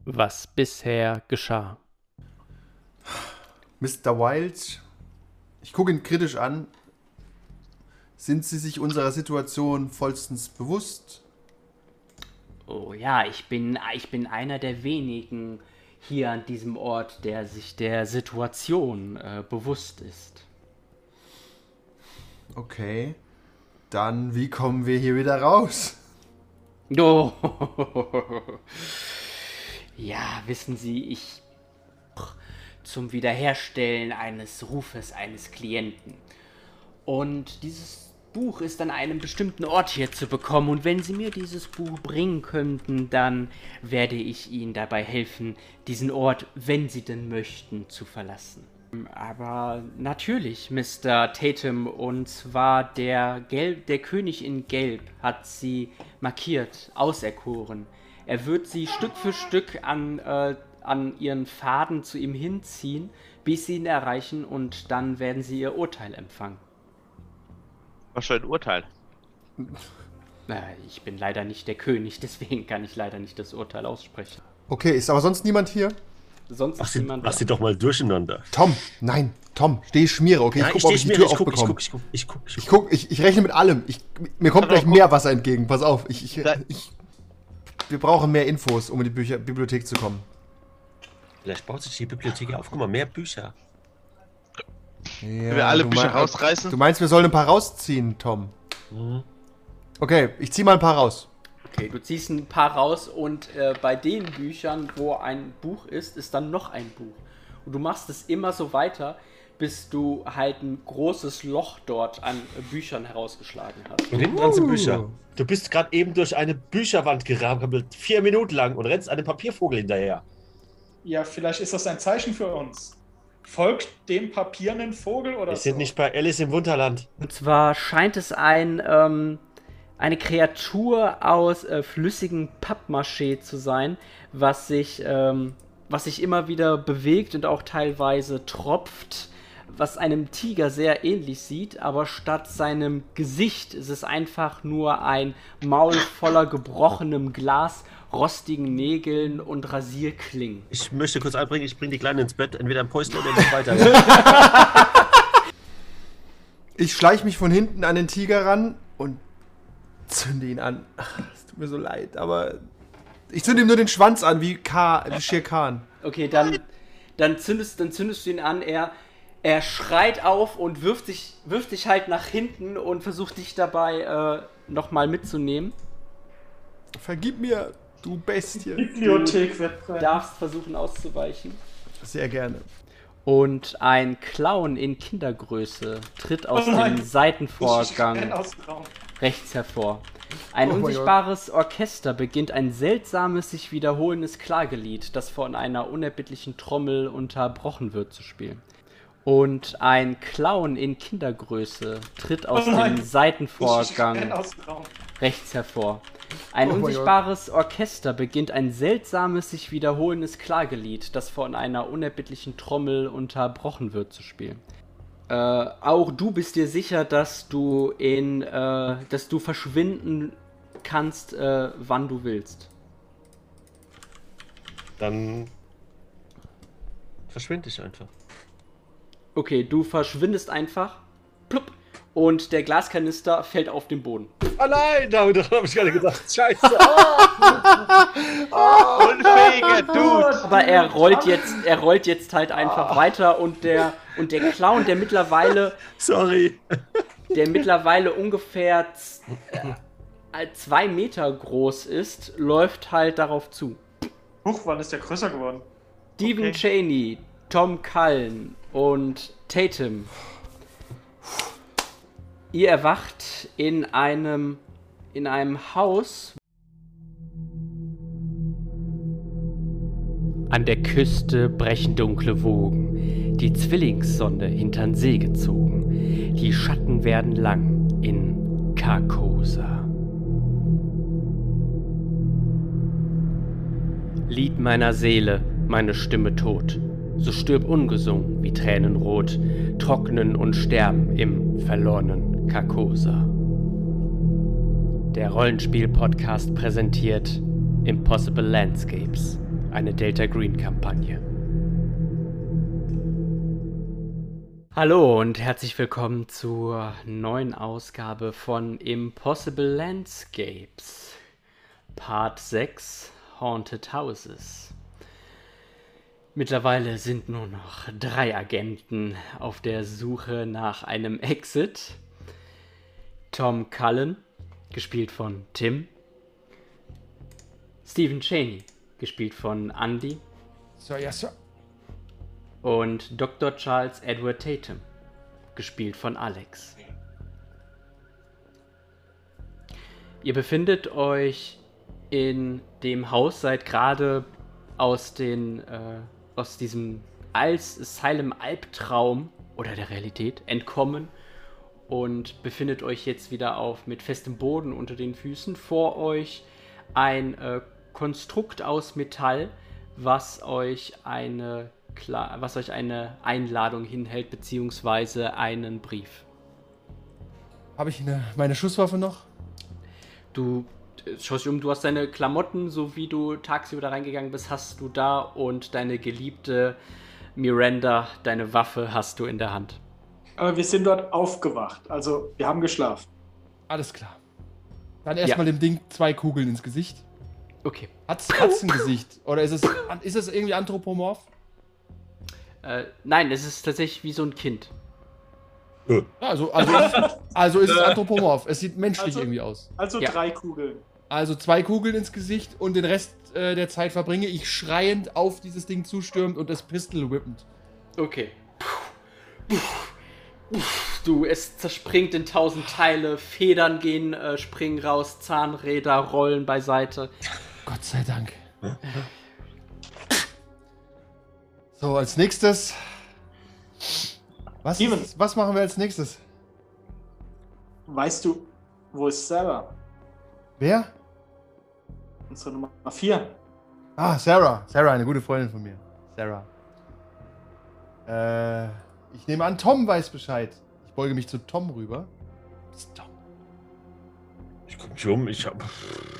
was bisher geschah. Mr. Wild, ich gucke ihn kritisch an. Sind Sie sich unserer Situation vollstens bewusst? Oh ja, ich bin, ich bin einer der wenigen hier an diesem Ort, der sich der Situation äh, bewusst ist. Okay. Dann, wie kommen wir hier wieder raus? Oh. Ja, wissen Sie, ich zum Wiederherstellen eines Rufes eines Klienten. Und dieses Buch ist an einem bestimmten Ort hier zu bekommen. Und wenn Sie mir dieses Buch bringen könnten, dann werde ich Ihnen dabei helfen, diesen Ort, wenn Sie denn möchten, zu verlassen. Aber natürlich, Mr. Tatum, und zwar der, Gelb, der König in Gelb hat sie markiert, auserkoren. Er wird sie Stück für Stück an, äh, an ihren Faden zu ihm hinziehen, bis sie ihn erreichen und dann werden sie ihr Urteil empfangen. Was für ein Urteil? Äh, ich bin leider nicht der König, deswegen kann ich leider nicht das Urteil aussprechen. Okay, ist aber sonst niemand hier? Sonst Lass ist sie, niemand. lass sie doch mal durcheinander. Tom, nein, Tom, steh Schmiere, okay? Nein, ich guck, ob ich steh's die Tür mir- ich guck, ich aufbekomme. guck, ich guck, ich guck, ich Ich guck. guck, ich, ich rechne mit allem. Ich, mir kommt Aber gleich guck- mehr Wasser entgegen, pass auf. Ich, ich, Da- ich, wir brauchen mehr Infos, um in die Bücher, Bibliothek zu kommen. Vielleicht baut sich die Bibliothek ja auf. Guck mal, mehr Bücher. Ja, wir alle du Bücher mein- rausreißen? Du meinst, wir sollen ein paar rausziehen, Tom? Mhm. Okay, ich zieh mal ein paar raus. Okay, du ziehst ein paar raus und äh, bei den Büchern, wo ein Buch ist, ist dann noch ein Buch. Und du machst es immer so weiter, bis du halt ein großes Loch dort an äh, Büchern herausgeschlagen hast. Und hinten dran sind Uh. Bücher. Du bist gerade eben durch eine Bücherwand gerammelt, vier Minuten lang und rennst einem Papiervogel hinterher. Ja, vielleicht ist das ein Zeichen für uns. Folgt dem papierenden Vogel oder Wir sind nicht bei Alice im Wunderland. Und zwar scheint es ein, ähm, eine Kreatur aus äh, flüssigem Pappmaché zu sein, was sich, ähm, was sich immer wieder bewegt und auch teilweise tropft, was einem Tiger sehr ähnlich sieht, aber statt seinem Gesicht ist es einfach nur ein Maul voller gebrochenem Glas, rostigen Nägeln und Rasierklingen. Ich möchte kurz anbringen, ich bringe die Kleine ins Bett, entweder ein Päuschen oder nicht weiter. Ich schleiche mich von hinten an den Tiger ran und zünde ihn an. Ach, es tut mir so leid, aber. Ich zünde ihm nur den Schwanz an, wie, Ka wie Shere Khan. Okay, dann, dann, zündest, dann zündest du ihn an. Er, er schreit auf und wirft dich, wirft dich halt nach hinten und versucht dich dabei äh, nochmal mitzunehmen. Vergib mir, du Bestie. Bibliothek wird Du darfst versuchen auszuweichen. Sehr gerne. Und ein Clown in Kindergröße tritt aus Oh nein. dem Ich renn Seitenvorgang aus dem Raum. rechts hervor. Ein Oh mein unsichtbares Orchester beginnt ein seltsames, sich wiederholendes Klagelied, das von einer unerbittlichen Trommel unterbrochen wird zu spielen. Und ein Clown in Kindergröße tritt aus nein. dem Ich renn Seitenvorgang aus dem Raum. rechts hervor. Ein Oh mein unsichtbares Orchester beginnt ein seltsames, sich wiederholendes Klagelied, das von einer unerbittlichen Trommel unterbrochen wird zu spielen. Äh, auch du bist dir sicher, dass du in, äh, dass du verschwinden kannst, äh, wann du willst. Dann verschwinde ich einfach. Okay, du verschwindest einfach. Plupp. Und der Glaskanister fällt auf den Boden. Oh nein, daran habe ich gerade gedacht. Scheiße. Oh, Unfähiger Dude! Aber er rollt jetzt, er rollt jetzt halt Ah. einfach weiter und der und der Clown, der mittlerweile sorry. der mittlerweile ungefähr z- äh, zwei Meter groß ist, läuft halt darauf zu. Huch, wann ist der größer geworden? Stephen Okay. Cheney, Tom Cullen und Tatum. Ihr erwacht in einem in einem Haus. An der Küste brechen dunkle Wogen, die Zwillingssonde hintern See gezogen. Die Schatten werden lang in Carcosa. Lied meiner Seele, meine Stimme tot. So stirb ungesungen wie Tränen rot, trocknen und sterben im verlorenen Carcosa. Der Rollenspiel-Podcast präsentiert Impossible Landscapes eine Delta Green Kampagne. Hallo und herzlich willkommen zur neuen Ausgabe von Impossible Landscapes, Part 6 Haunted Houses. Mittlerweile sind nur noch drei Agenten auf der Suche nach einem Exit. Tom Cullen, gespielt von Tim. Stephen Cheney, gespielt von Andy. So, ja, so. Und Dr. Charles Edward Tatum, gespielt von Alex. Ihr befindet euch in dem Haus, seid gerade aus, den, äh, aus diesem als Asylum Albtraum oder der Realität entkommen und befindet euch jetzt wieder auf mit festem Boden unter den Füßen. Vor euch ein äh, Konstrukt aus Metall, was euch eine Kla was euch eine Einladung hinhält beziehungsweise einen Brief. Habe ich eine, meine Schusswaffe noch? Du äh, schaust dich um, du hast deine Klamotten, so wie du tagsüber da reingegangen bist, hast du da und deine geliebte Miranda, deine Waffe hast du in der Hand. Aber wir sind dort aufgewacht. Also, wir haben geschlafen. Alles klar. Dann Ja. erstmal dem Ding zwei Kugeln ins Gesicht. Okay. Hat's, hat's ein Gesicht? Oder ist es, an- ist es irgendwie anthropomorph? Äh, nein, es ist tatsächlich wie so ein Kind. Ja, also, also, ist, also ist es anthropomorph. Es sieht menschlich Also- irgendwie aus. Also Ja. drei Kugeln. Also zwei Kugeln ins Gesicht und den Rest äh, der Zeit verbringe ich schreiend auf dieses Ding zustürmend und das Pistol whippend. Okay. Du, es zerspringt in tausend Teile, Federn gehen, äh, springen raus, Zahnräder rollen beiseite. Gott sei Dank. So, als nächstes. Was, Steven. ist, was machen wir als nächstes? Weißt du, wo ist Sarah? Wer? Unsere Nummer vier. Ah, Sarah. Sarah, eine gute Freundin von mir. Sarah. Äh, ich nehme an, Tom weiß Bescheid. Ich beuge mich zu Tom rüber. Psst, Tom. Ich guck mich um, ich habe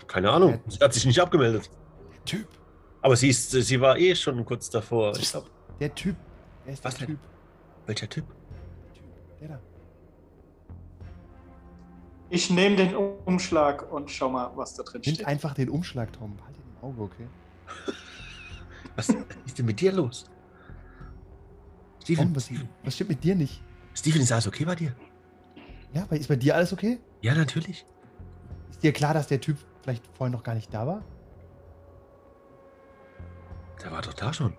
keine Ahnung. Sie hat sich nicht abgemeldet. Der Typ. Aber sie, ist, sie war eh schon kurz davor. Ich glaub, Der Typ. Wer ist Was der denn? Typ? welcher Typ? Der da. Ich nehme den Umschlag und schau mal, was da drin Nimm steht. einfach den Umschlag, Tom. Halt ihn im Auge, okay? Was ist denn mit dir los? Steven, Tom, was, was stimmt mit dir nicht? Steven, ist alles okay bei dir? Ja, aber ist bei dir alles okay? Ja, natürlich. Ist dir klar, dass der Typ vielleicht vorhin noch gar nicht da war? Der war doch da schon.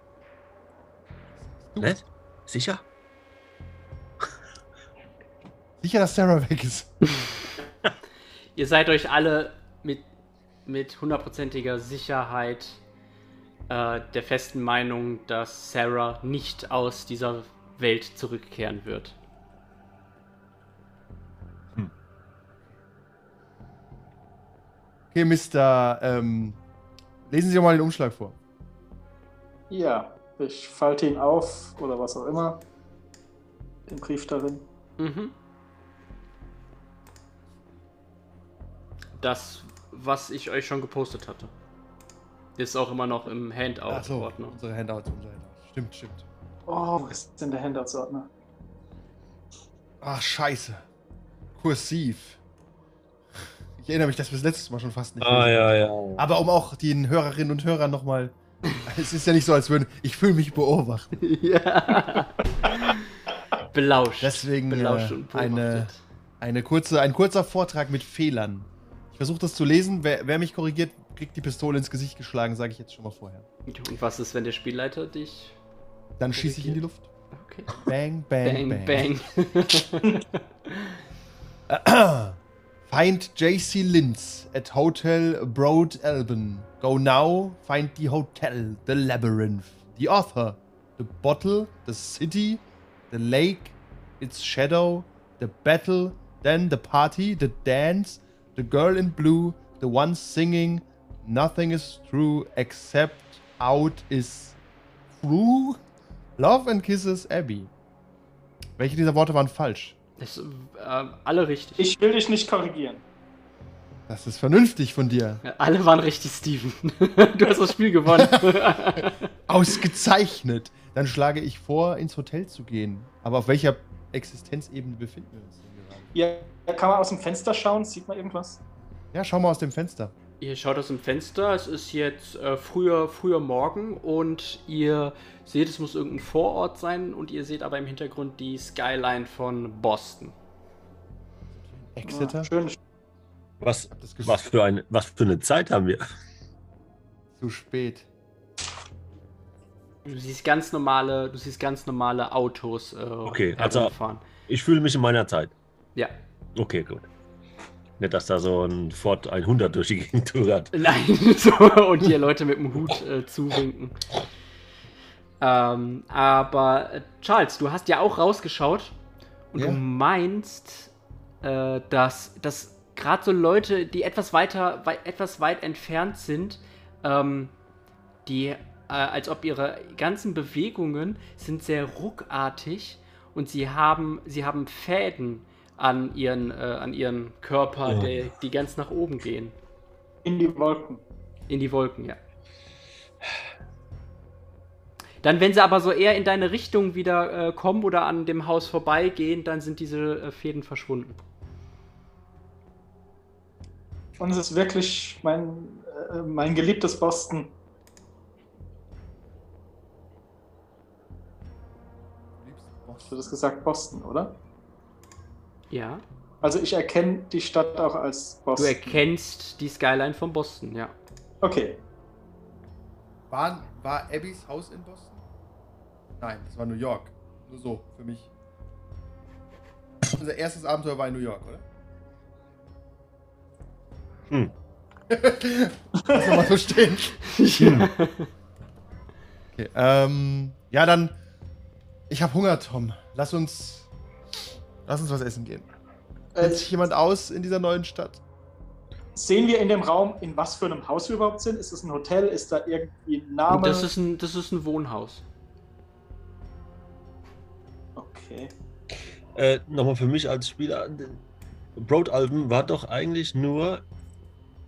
Du. Ne? Sicher? Sicher, dass Sarah weg ist. Ihr seid euch alle mit, mit hundertprozentiger Sicherheit äh, der festen Meinung, dass Sarah nicht aus dieser Welt zurückkehren wird. Okay, Mister, ähm, lesen Sie doch mal den Umschlag vor. Oh, Ja, ich falte ihn auf oder was auch immer. Den Brief darin. Mhm. Das, was ich euch schon gepostet hatte. Ist auch immer noch im Handout-Ordner. unsere Handouts, unsere Handouts. Stimmt, stimmt. Oh, wo ist denn der Handouts-Ordner? Ach, scheiße. Kursiv. Ich erinnere mich, dass wir das letztes Mal schon fast nicht Ah, lesen. ja, ja. Aber um auch den Hörerinnen und Hörern nochmal... Es ist ja nicht so, als würden... Ich fühle mich beobachtet. ja. Belauscht. Deswegen, Belauscht äh, und beobachtet. eine- Eine kurze, ein kurzer Vortrag mit Fehlern. Ich versuche das zu lesen. Wer, wer mich korrigiert, kriegt die Pistole ins Gesicht geschlagen, sage ich jetzt schon mal vorher. Und was ist, wenn der Spielleiter dich. Dann schieße ich in die Luft. Okay. Bang, bang, Bang, bang. bang. Find JC Linz at Hotel Broad Alban. Go now, find the hotel, the labyrinth, the author, the bottle, the city, the lake, its shadow, the battle, then the party, the dance, the girl in blue, the one singing, nothing is true except out is true. Love and Kisses Abby. Welche dieser Worte waren falsch? Das, äh, alle richtig. Ich will dich nicht korrigieren. Das ist vernünftig von dir. Alle waren richtig Steven. Du hast das Spiel gewonnen. Ausgezeichnet. Dann schlage ich vor, ins Hotel zu gehen. Aber auf welcher Existenzebene befinden wir uns denn gerade? Ja, kann man aus dem Fenster schauen? Sieht man irgendwas? Ja, schau mal aus dem Fenster. Ihr schaut aus dem Fenster, es ist jetzt äh, früher, früher Morgen und ihr seht, es muss irgendein Vorort sein und ihr seht aber im Hintergrund die Skyline von Boston. Exeter. Ah, schön. Was, hab das was, für eine, was für eine Zeit haben wir? Zu spät. Du siehst ganz normale, du siehst ganz normale Autos äh, Okay, also- herumfahren. Ich fühle mich in meiner Zeit. Ja. Okay, gut. Nicht, dass da so ein Ford 100 durch die Gegend hat. Nein, so, und hier Leute mit dem Hut äh, zuwinken. Ähm, aber äh, Charles, du hast ja auch rausgeschaut und Ja. du meinst, äh, dass, dass gerade so Leute, die etwas weiter, wei etwas weit entfernt sind, ähm, die, äh, als ob ihre ganzen Bewegungen sind sehr ruckartig und sie haben, sie haben Fäden an ihren, äh, an ihren Körper, Oh. die, die ganz nach oben gehen. In die Wolken. In die Wolken, ja. Dann, wenn sie aber so eher in deine Richtung wieder äh, kommen oder an dem Haus vorbeigehen, dann sind diese äh, Fäden verschwunden. Und es ist wirklich mein, äh, mein geliebtes Boston. Hast du das gesagt, Boston, oder? Ja. Also ich erkenne die Stadt auch als Du Boston. erkennst die Skyline von Boston, ja. okay. War, war Abbys Haus in Boston? Nein, das war New York. Nur so, für mich. Unser erstes Abenteuer war in New York, oder? Hm. Lass mal so stehen. Okay, ähm, ja, dann. Ich habe Hunger, Tom. Lass uns. Lass uns was essen gehen. Äh, Kennt sich jemand aus in dieser neuen Stadt? sehen wir in dem Raum, in was für einem Haus wir überhaupt sind? Ist es ein Hotel? Ist da irgendwie ein Name? Und Oh, das ist ein, das ist ein Wohnhaus. okay. Äh, Nochmal für mich als Spieler. Broad Alben war doch eigentlich nur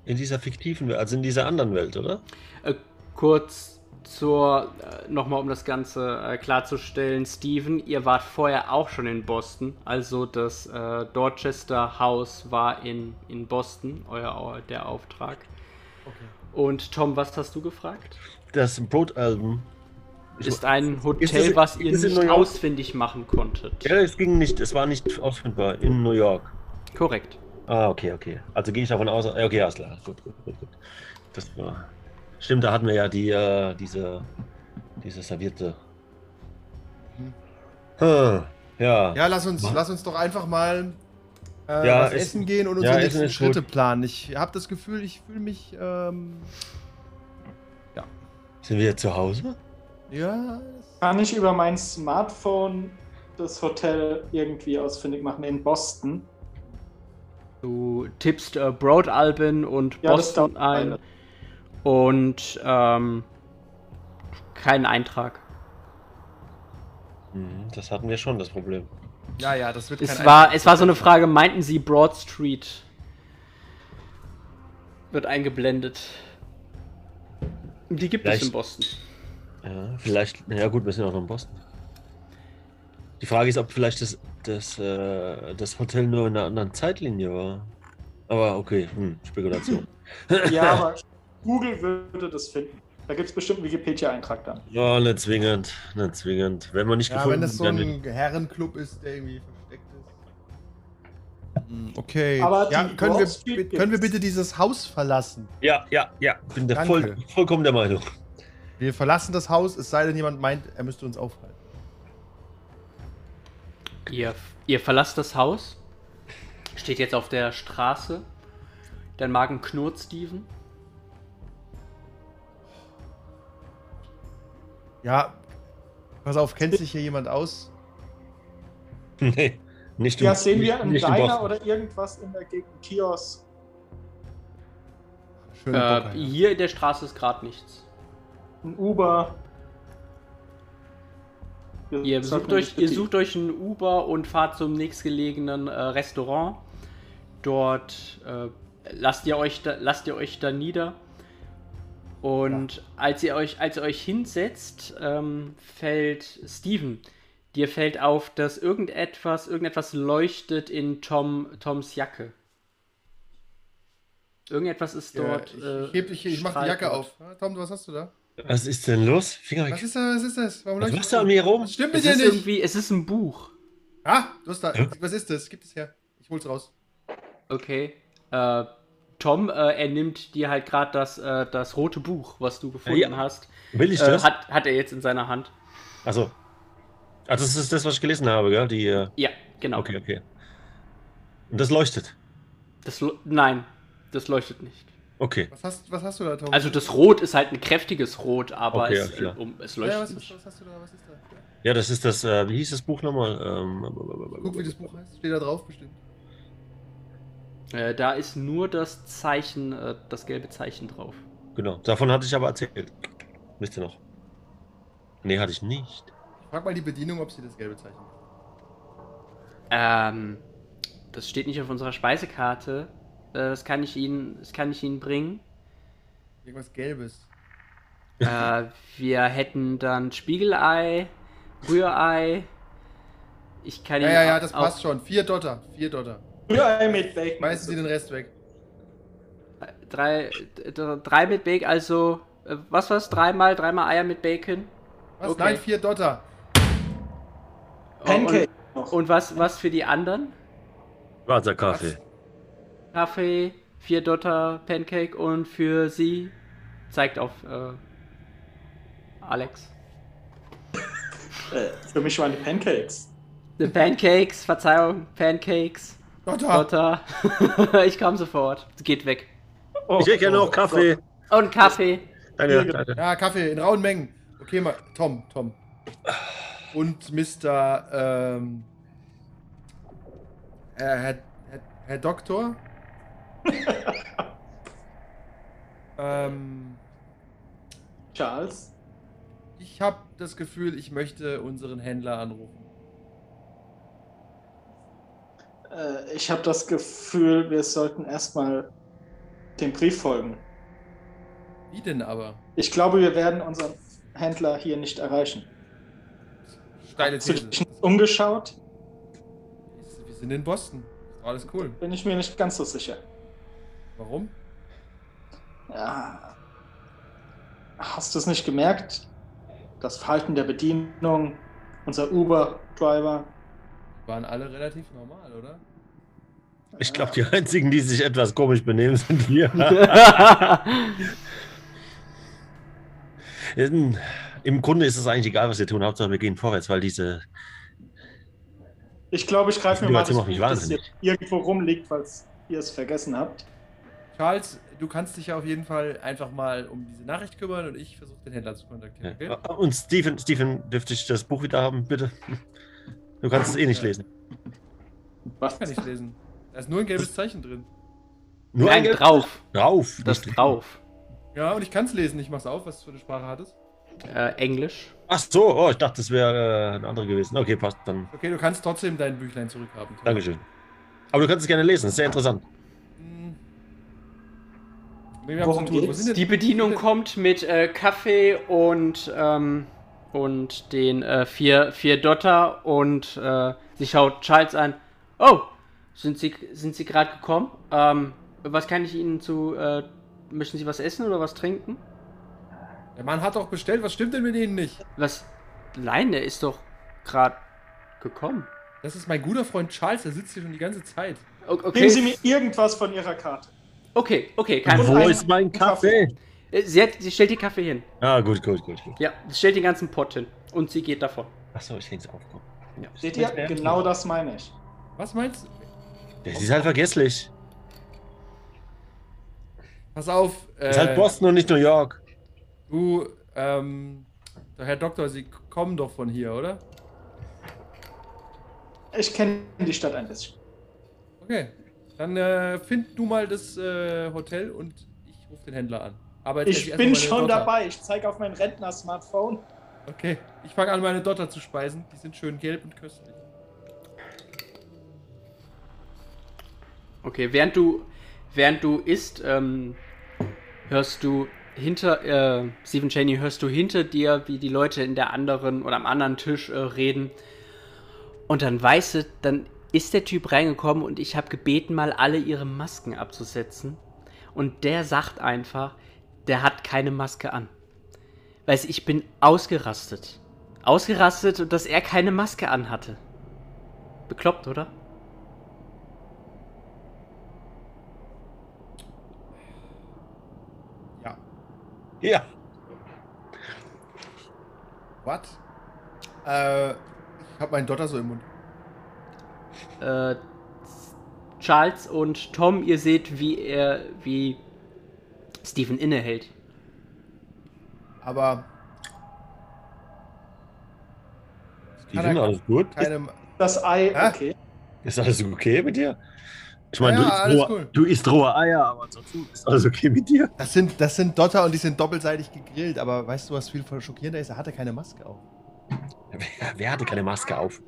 in dieser fiktiven Welt, also in dieser anderen Welt, oder? Äh, kurz zur, äh, nochmal um das Ganze äh, klarzustellen, Steven, ihr wart vorher auch schon in Boston. Also das äh, Dorchester House war in, in Boston, euer Au- der Auftrag. Und Tom, was hast du gefragt? Das Broad Alben. Ich- Ist ein Hotel, es- was ihr ist es in nicht New York? ausfindig machen konntet. Ja, es ging nicht, es war nicht auffindbar in New York. Korrekt. Ah, okay, okay. Also gehe ich davon aus. ja, Okay, alles klar. Gut, gut, gut, gut. Das war. Stimmt, da hatten wir ja die, äh, diese, diese servierte. Mhm. Hm, ja. Ja, lass uns, Mann. lass uns doch einfach mal äh, Ja, was Essen- essen gehen und ja, unsere Essen nächsten ist gut. Schritte planen. Ich habe das Gefühl, ich fühle mich. Ähm, Sind wir zu Hause? ja. Kann ich über mein Smartphone das Hotel irgendwie ausfindig machen in Boston? Du tippst äh, Broad Albin und Ja, das Boston dauert eine ein und ähm, keinen Eintrag. Mhm, das hatten wir schon, das Problem. Ja, ja, das wird Es kein war, es war so eine Frage, meinten Sie Broad Street? Wird eingeblendet. Die gibt es Vielleicht- in Boston. Ja, vielleicht. Ja, gut, wir sind auch noch in Boston. Die Frage ist, ob vielleicht das, das, äh, das Hotel nur in einer anderen Zeitlinie war. Aber okay, hm, Spekulation. Ja, aber Google würde das finden. Da gibt es bestimmt einen Wikipedia-Eintrag dann. Ja, nicht zwingend, nicht zwingend. Wenn man nicht Ja, wenn gefunden das so werden will- ein Herrenclub ist, der irgendwie versteckt ist. Okay. Aber ja, die können, Wall wir, Street bi- können wir gibt's. bitte dieses Haus verlassen? Ja, ja, ja. Bin der Danke. voll, vollkommen der Meinung. Wir verlassen das Haus, es sei denn, jemand meint, er müsste uns aufhalten. Ihr, ihr verlasst das Haus, steht jetzt auf der Straße. Dein Magen knurrt, Steven. Ja. Pass auf, kennt sich hier jemand aus? nee, nicht Ja, im- sehen wir einen nicht im Diner Boston. oder irgendwas in der Gegend, Kiosk. Schöne Äh, Bocker, ja. hier in der Straße ist gerade nichts. Ein Uber. Wir Ihr sollten sucht, euch, nicht ihr die- sucht euch einen Uber und fahrt zum nächstgelegenen äh, Restaurant. Dort äh, lasst ihr euch da, lasst ihr euch da nieder. Und als ihr euch, als ihr euch hinsetzt, ähm, fällt Steven. Dir fällt auf, dass irgendetwas, irgendetwas leuchtet in Tom, Toms Jacke. Irgendetwas ist dort. ich, äh, ich, heb, ich, ich mach die strahlt Jacke dort. auf. Ah, Tom, was hast du da? Was ist denn los? Finger Was weg. ist da? Was ist das? Warum Was leuchtet- machst du an mir rum? Was stimmt Es mit dir ist nicht? irgendwie, es ist ein Buch. Ah, du hast da. Ja. Was ist das? Gib es her. Ich hol's raus. Okay. Äh, Tom, äh, er nimmt dir halt gerade das, äh, das rote Buch, was du gefunden Ja. hast. Will ich Äh, das? hat, hat er jetzt in seiner Hand. Achso. Ah, das ist das, was ich gelesen habe, gell? Die, äh, Ja, genau. Okay, okay. Und das leuchtet. Das, lo- nein, das leuchtet nicht. Okay. Was hast, was hast du da, Tom? Also das Rot ist halt ein kräftiges Rot, aber Okay, es, ja, klar. um, es ja, leuchtet was, was, nicht. was hast du da? Was ist da? Ja, das ist das, äh, wie hieß das Buch nochmal? Guck, wie Ähm, das Buch heißt. Steht da drauf bestimmt. Äh, da ist nur das Zeichen, äh, das gelbe Zeichen drauf. genau. Davon hatte ich aber erzählt. Wisst ihr noch? Nee, hatte ich nicht. Frag mal die Bedienung, ob sie das gelbe Zeichen hat. Ähm, das steht nicht auf unserer Speisekarte. Äh, das, kann ich Ihnen, das kann ich Ihnen bringen. Irgendwas Gelbes. äh, wir hätten dann Spiegelei, Rührei. Ich kann Ja, Ihnen ja, ja, au- das au- passt schon. Vier Dotter. Vier Dotter. Rührei mit Bacon. Schmeißen Sie den Rest weg. Drei, d- d- drei mit Bacon, also äh, was war's? Dreimal, dreimal Eier mit Bacon. Was? Okay. Nein, vier Dotter. Pancake. Und, und was, was für die anderen? Schwarzer Kaffee. Kaffee, vier Dotter, Pancake und für sie zeigt auf äh, Alex. Äh, für mich waren die Pancakes. The Pancakes, Verzeihung, Pancakes, Dotter. Dotter. ich kam sofort. Geht weg. ich hätte gerne noch Kaffee. Und Kaffee. Danke, danke. Ja, Kaffee in rauen Mengen. Okay, mal. Tom, Tom. Und Mr. Ähm, äh, Herr, Herr, Herr Doktor? ähm, Charles. ich habe das Gefühl, ich möchte unseren Händler anrufen. Äh, ich habe das Gefühl, wir sollten erstmal dem Brief folgen. Wie denn aber? Ich glaube, wir werden unseren Händler hier nicht erreichen. Steile Hast du These. dich umgeschaut? Wir sind in Boston. Alles cool. Bin ich mir nicht ganz so sicher. Warum? Ja. Ah. Hast du es nicht gemerkt? Das Verhalten der Bedienung, unser Uber-Driver. Waren alle relativ normal, oder? Ich glaube, die einzigen, die sich etwas komisch benehmen, sind wir. Ähm, Im Grunde ist es eigentlich egal, was wir tun. Hauptsache, wir gehen vorwärts, weil diese. Ich glaube, ich greife mir mal Situation macht mich Buch, das hier wahnsinnig. irgendwo rumliegt, falls ihr es vergessen habt. Charles, du kannst dich ja auf jeden Fall einfach mal um diese Nachricht kümmern und ich versuche den Händler zu kontaktieren. Okay? Ja. äh, Und Stephen, Stephen, dürfte ich das Buch wieder haben, bitte? Du kannst es eh nicht lesen. Was? Kann ich lesen. Da ist nur ein gelbes Zeichen drin. Nur Nein, ein drauf. drauf. Das nicht- drauf. Ja, und ich kann es lesen. Ich mach's auf. Was für eine Sprache hat es? Äh, Englisch. Ach so, oh, ich dachte, das wäre äh, ein anderer gewesen. Okay, passt, dann Okay, du kannst trotzdem dein Büchlein zurückhaben. Tom. Dankeschön. Aber du kannst es gerne lesen, ist sehr interessant. Hm. Nee, wir haben Worum zu tun. Wo geht's? sind denn- Die Bedienung kommt mit äh, Kaffee und, ähm, und den äh, vier, vier Dotter und äh, sie schaut Charles an. Oh, sind Sie, sind Sie gerade gekommen? Ähm, was kann ich Ihnen zu. Äh, möchten Sie was essen oder was trinken? Der Mann hat doch bestellt. Was stimmt denn mit Ihnen nicht? Was? Nein, der ist doch gerade gekommen. Das ist mein guter Freund Charles. Der sitzt hier schon die ganze Zeit. O- Geben Sie Okay, mir irgendwas von Ihrer Karte. okay, okay, kein Und Wo Problem. ein- ist mein Kaffee? Äh, Sie, hat, sie stellt den Kaffee hin. Ah, gut, gut, gut, gut. Ja, sie stellt den ganzen Pott hin. Und sie geht davon. Achso, ich häng's auf. Komm. Ja. Seht ihr? Genau das meine ich. Was meinst du? Das ist halt vergesslich. Pass auf. Äh, ist halt Boston und nicht New York. Du, ähm, der Herr Doktor, Sie kommen doch von hier, oder? Ich kenne die Stadt ein bisschen. Okay. Dann äh, find du mal das äh, Hotel und ich rufe den Händler an. Aber jetzt Ich erst bin mal meine schon Dotter. dabei. Ich zeige auf mein Rentner-Smartphone. Okay, ich fange an, meine Dotter zu speisen. Die sind schön gelb und köstlich. Okay, während du, Während du isst, ähm, hörst du hinter, äh, Stephen Cheney, hörst du hinter dir, wie die Leute in der anderen oder am anderen Tisch äh, reden. Und dann weißt du, dann ist der Typ reingekommen und ich habe gebeten, mal alle ihre Masken abzusetzen. Und der sagt einfach, der hat keine Maske an. Weiß ich bin ausgerastet. Ausgerastet und dass er keine Maske anhatte. Bekloppt, oder? Ja. What? Äh, ich hab meinen Dotter so im Mund. äh, Charles und Tom, ihr seht, wie er, wie Stephen innehält. Aber Die sind alles gut. keine. Das Ei, Hä? okay. Ist alles okay mit dir? Ich Ja, meine, ja, du, alles isst rohe, cool. du isst rohe Eier, aber ansonsten ist alles okay mit dir. Das sind, das sind Dotter und die sind doppelseitig gegrillt, aber weißt du, was viel schockierender ist? Er hatte keine Maske auf. Wer, wer hatte keine Maske auf?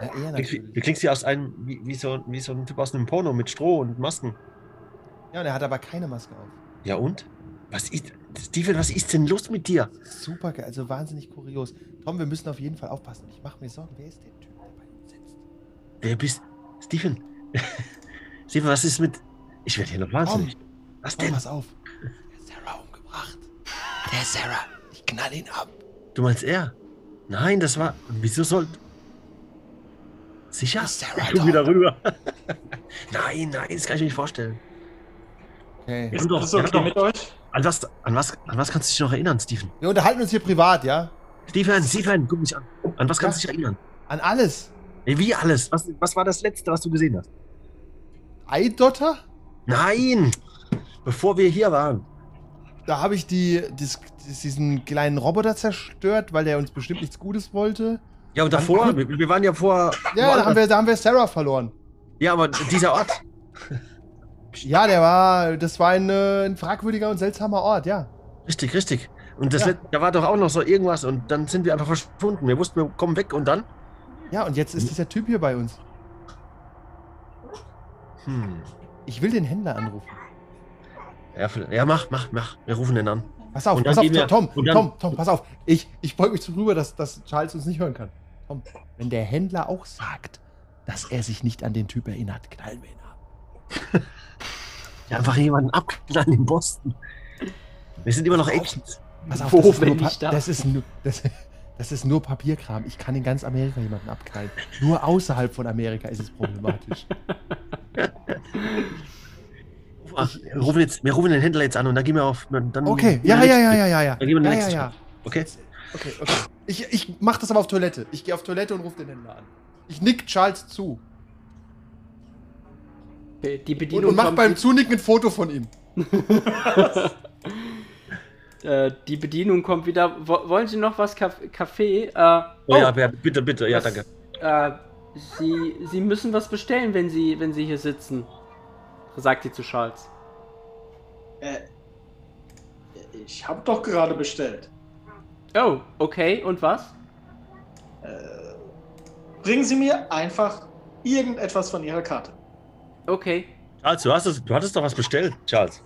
Ja, er Du, du klingst hier aus einem, wie, wie, so, wie so ein Typ aus einem Porno mit Stroh und Masken. Ja, und er hat aber keine Maske auf. Ja und? Was ist. Steven, was ist denn los mit dir? Super geil, also wahnsinnig kurios. Tom, wir müssen auf jeden Fall aufpassen. Ich mache mir Sorgen, wer ist der Typ, der bei uns sitzt? Wer bist. Steven. Steven, was ist mit. Ich werde hier noch wahnsinnig. Was Tom, denn? pass auf. Der hat Sarah umgebracht. Der Sarah. Ich knall ihn ab. Du meinst er? Nein, das war. Wieso soll. Sicher? Das ist Sarah Ich guck Dawn. wieder rüber. nein, nein, das kann ich mir nicht vorstellen. Okay. Wir sind doch, Ist es wir haben okay doch mit euch? An was, an, was, an was kannst du dich noch erinnern, Stephen? Wir unterhalten uns hier privat, ja? Stephen, Stephen, guck mich an. An was kannst du Ja. dich erinnern? An alles. Ey, Wie alles? Was, was war das Letzte, was du gesehen hast? Eidotter? Nein! Bevor wir hier waren. Da habe ich die, dis- dis- diesen kleinen Roboter zerstört, weil der uns bestimmt nichts Gutes wollte. Ja, und davor, wir, wir waren ja vor. Ja, da woanders. haben wir, da haben wir Sarah verloren. ja, aber dieser Ort. Ja, der war, das war ein, äh, ein fragwürdiger und seltsamer Ort, ja. Richtig, richtig. Und das Ja. Letzte, da war doch auch noch so irgendwas und dann sind wir einfach verschwunden. Wir wussten, wir kommen weg und dann. Ja, und jetzt ist dieser Typ hier bei uns. Hm. Ich will den Händler anrufen. Ja, vielleicht- ja, mach, mach, mach. Wir rufen den an. Pass auf, Und dann pass auf, gehen wir- Tom, und dann- Tom, Tom, pass auf. Ich, ich beug mich zu rüber, dass, dass Charles uns nicht hören kann. Tom, wenn der Händler auch sagt, dass er sich nicht an den Typ erinnert, knallen wir ihn ab. Ja, einfach jemanden abknallen in Boston. Wir sind immer noch Agents. Pass auf, Wo, das ist, wenn nur, Pa- nicht da? das, ist nur, das, das ist nur Papierkram. Ich kann in ganz Amerika jemanden abknallen. Nur außerhalb von Amerika ist es problematisch. Ach, Ah, wir, rufen jetzt, wir rufen den Händler jetzt an und dann gehen wir auf. Dann Okay, ja, ja, ja, ja, ja, ja. Dann gehen wir in ja, den ja, nächsten ja. Okay. Okay, okay. Ich, ich mach das aber auf Toilette. Ich gehe auf Toilette und rufe den Händler an. Ich nick Charles zu. Be- Die Und, Bedienung und mach kommt beim Zunicken ein Foto von ihm. wieder, äh, Die Bedienung kommt wieder. Wo, wollen Sie noch was Kaff- Kaffee? Äh, Oh, ja, ja, bitte, bitte. Ja, danke. Äh, Sie, Sie müssen was bestellen, wenn Sie, wenn Sie hier sitzen. Sagt sie zu Charles. Äh, ich habe doch gerade bestellt. Oh, okay, und was? Äh, bringen Sie mir einfach irgendetwas von Ihrer Karte. Okay. Charles, du, hast es, du hattest doch was bestellt, Charles.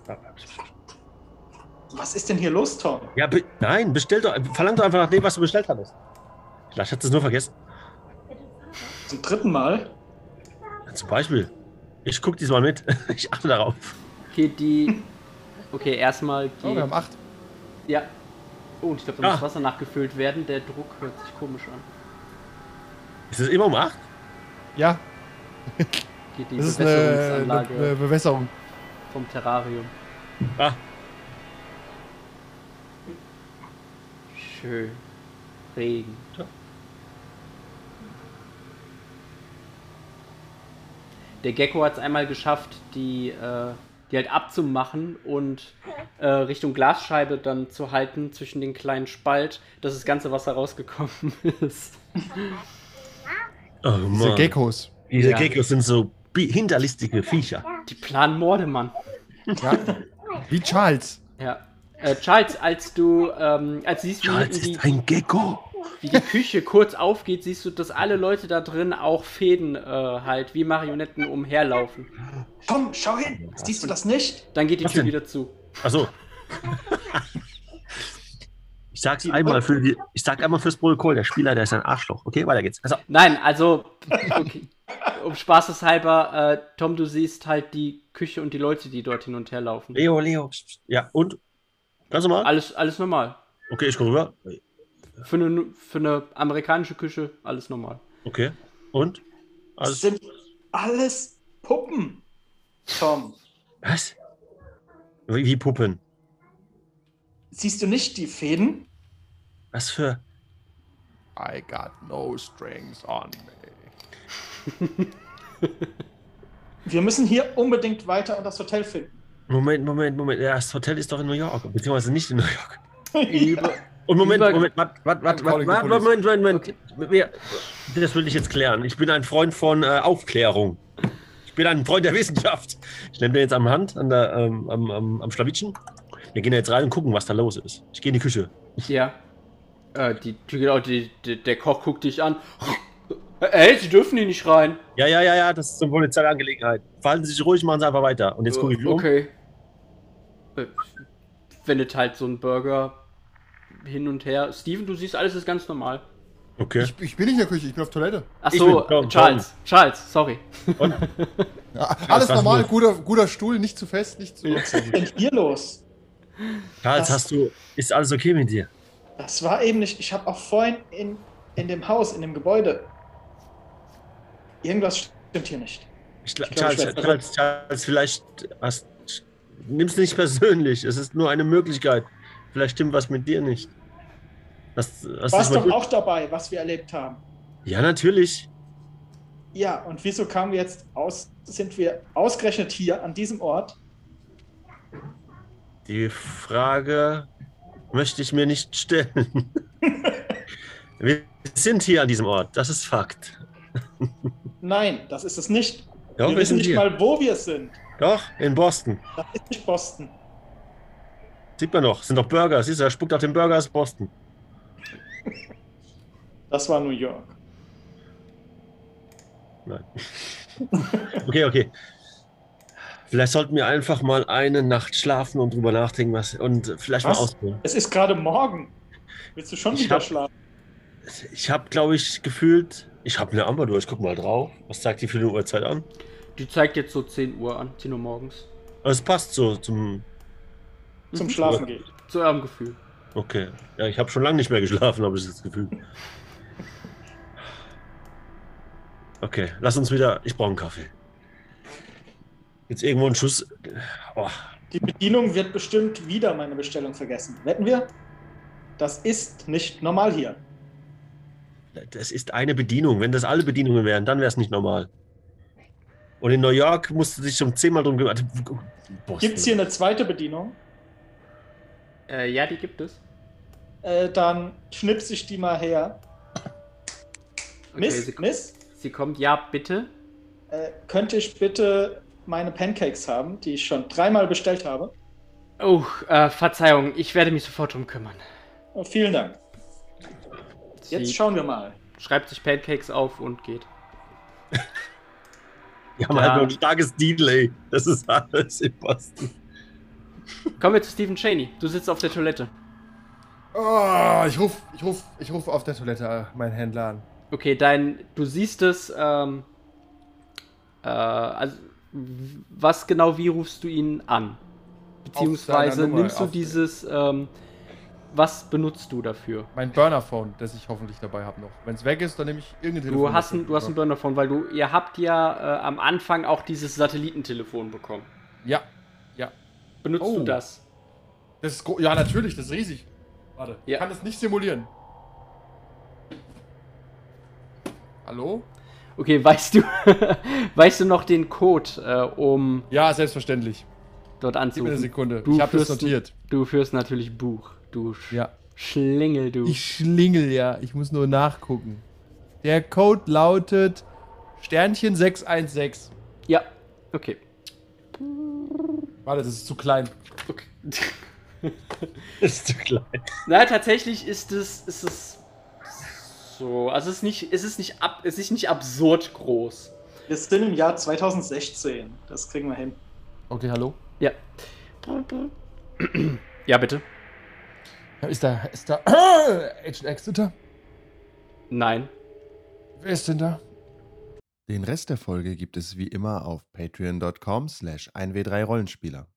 Was ist denn hier los, Tom? Ja, be nein, bestell doch. Verlang doch einfach nach dem, was du bestellt hattest. Vielleicht hat es nur vergessen. Zum dritten Mal? Ja, zum Beispiel. Ich guck diesmal mit. Ich achte darauf. Okay, die. Okay, erstmal die. Oh, wir haben acht. Ja. Oh, und ich glaube, da Ah. muss Wasser nachgefüllt werden. Der Druck hört sich komisch an. Ist es immer um 8? Ja, Hier die das ist eine, eine, Bewässerungsanlage eine Bewässerung. vom Terrarium. Ah. Schön. Regen. Der Gecko hat es einmal geschafft, die, äh, die halt abzumachen und äh, Richtung Glasscheibe dann zu halten zwischen den kleinen Spalt, dass das ganze Wasser rausgekommen ist. Oh, Diese Mann. Geckos. Diese Ja. Geckos sind so bi- hinterlistige Viecher. Die planen Morde, Mann. Ja. Wie Charles. Ja. Äh, Charles, als du, ähm, als du siehst, wie, Charles wie ist ein Gecko. wie die Küche kurz aufgeht, siehst du, dass alle Leute da drin auch Fäden äh, halt wie Marionetten umherlaufen. Komm, schau hin. Siehst du das nicht? Dann geht die Was Tür denn? wieder zu. Achso. Ich sag's einmal für die, ich sag einmal fürs Protokoll, der Spieler, der ist ein Arschloch. Okay, weiter geht's. Also, Nein, also, okay. um Spaßes halber, äh, Tom, du siehst halt die Küche und die Leute, die dort hin und her laufen. Leo, Leo. pst, pst. Ja, und? Ganz normal? Alles, alles normal. Okay, ich komme rüber. Für eine, für eine amerikanische Küche alles normal. Okay. Und? Das Alles, sind alles Puppen. Tom, was? Wie, wie Puppen? siehst du nicht die Fäden? Was für. I got no strings on me. Wir müssen hier unbedingt weiter an das Hotel finden. Moment, Moment, Moment. Ja, das Hotel ist doch in New York, beziehungsweise nicht in New York. Über Und Moment, Über- Moment, warte, warte, warte, I'm calling warte, the warte, police. Moment, Moment, Moment. Wir- Das will ich jetzt klären. Ich bin ein Freund von äh, Aufklärung. Ich bin ein Freund der Wissenschaft. Ich nehme den jetzt am Hand, an der, ähm, am, am, am Schlawittchen. Wir gehen jetzt rein und gucken, was da los ist. Ich gehe in die Küche. Ja. Äh, die Tür geht auf, die, die, der Koch guckt dich an. Ey, sie dürfen hier nicht rein. Ja, ja, ja, ja, das ist eine polizeiliche Angelegenheit. Verhalten Sie sich ruhig, machen Sie einfach weiter. Und jetzt gucke ich Äh, mich um. Okay. Äh, Wenn es halt so ein Burger hin und her. Steven, du siehst, alles ist ganz normal. Okay. Ich, ich bin nicht in der Küche, ich bin auf Toilette. Ich Achso, bin- komm, Charles. Charles, sorry. Ja, alles was normal, los? guter, guter Stuhl, nicht zu fest, nicht zu. denn hier los? Charles, Was? hast du. Ist alles okay mit dir? Das war eben nicht. Ich habe auch vorhin in, in dem Haus, in dem Gebäude. Irgendwas stimmt hier nicht. Ich, gla- Ich glaub, Charles, ich werd Charles, Charles, vielleicht hast. Nimm's nicht persönlich. Es ist nur eine Möglichkeit. Vielleicht stimmt was mit dir nicht. Das, das Warst ist mal doch gut. auch dabei, was wir erlebt haben. Ja, natürlich. Ja, und wieso kamen wir jetzt aus? Sind wir ausgerechnet hier an diesem Ort? Die Frage möchte ich mir nicht stellen. Wir sind hier an diesem Ort. Das ist Fakt. Nein, das ist es nicht. Doch, wir wissen nicht hier. mal, wo wir sind. Doch, in Boston. Das ist nicht Boston. Sieht man doch. Sind doch Burger. Siehst du, er spuckt auf den Burger aus Boston. Das war New York. Nein. Okay, okay. Vielleicht sollten wir einfach mal eine Nacht schlafen und drüber nachdenken, was. Und vielleicht Was? mal ausprobieren. Es ist gerade morgen. Willst du schon Ich wieder hab- schlafen? Ich habe, glaube ich, gefühlt. Ich habe eine Armbanduhr. Ich guck mal drauf. Was zeigt die für eine Uhrzeit an? Die zeigt jetzt so 10 Uhr an, 10 Uhr morgens. Aber Also, Es passt so zum. Mhm. Zum Schlafen gehen. Zu eurem Gefühl. Okay. Ja, ich habe schon lange nicht mehr geschlafen, habe ich das Gefühl. Okay, lass uns wieder. Ich brauche einen Kaffee. Jetzt irgendwo einen Schuss. Oh, Die Bedienung wird bestimmt wieder meine Bestellung vergessen. Wetten wir? Das ist nicht normal hier. Das ist eine Bedienung. Wenn das alle Bedienungen wären, dann wäre es nicht normal. Und in New York musst du dich schon zehnmal drum kümmern. Boston. Gibt es hier eine zweite Bedienung? Äh, ja, die gibt es. Äh, dann schnips ich die mal her. Miss, sie, Miss, sie kommt, ja, bitte. äh, könnte ich bitte meine Pancakes haben, die ich schon dreimal bestellt habe? Oh, äh, Verzeihung, ich werde mich sofort drum kümmern. Oh, vielen Dank. Sie Jetzt schauen wir mal. schreibt sich Pancakes auf und geht. Wir haben halt Ja. nur ein starkes Delay. Das ist alles in Boston. Kommen wir zu Stephen Cheney. Du sitzt auf der Toilette. Oh, ich ruf, ich ruf, ich ruf auf der Toilette äh, meinen Händler an. Okay, dein, du siehst es. Ähm, äh, also, w- was genau, wie rufst du ihn an? Beziehungsweise Nummer, nimmst du auf- dieses, ähm, was benutzt du dafür? Mein Burner-Phone, das ich hoffentlich dabei habe noch. Wenn es weg ist, dann nehme ich irgendein Du hast, ein, du hast ein Burner von, weil du, ihr habt ja äh, am Anfang auch dieses Satellitentelefon bekommen. Ja, Benutzt Oh. du das? das ist gro- Ja, natürlich, das ist riesig. Warte, ich Ja. kann das nicht simulieren. Hallo? Okay, weißt du, weißt du noch den Code, äh, um Ja, selbstverständlich. dort Gib mir eine anzurufen? Sekunde. Du ich habe das führst- notiert. Du führst natürlich Buch. Du Sch Ja. Schlingel, du. Ich schlingel ja, ich muss nur nachgucken. Der Code lautet Sternchen 616. ja, okay. Warte, das ist zu klein. Das ist zu klein. Na, tatsächlich ist es, ist es So, also es ist nicht, es ist nicht, ab, es ist nicht absurd groß. Wir sind im Jahr 2016. Das kriegen wir hin. Okay, hallo. Ja. Ja, bitte. Ist da, ist da Agent Exeter? Nein. Wer ist denn da? Den Rest der Folge gibt es wie immer auf patreon.com slash 1w3rollenspieler.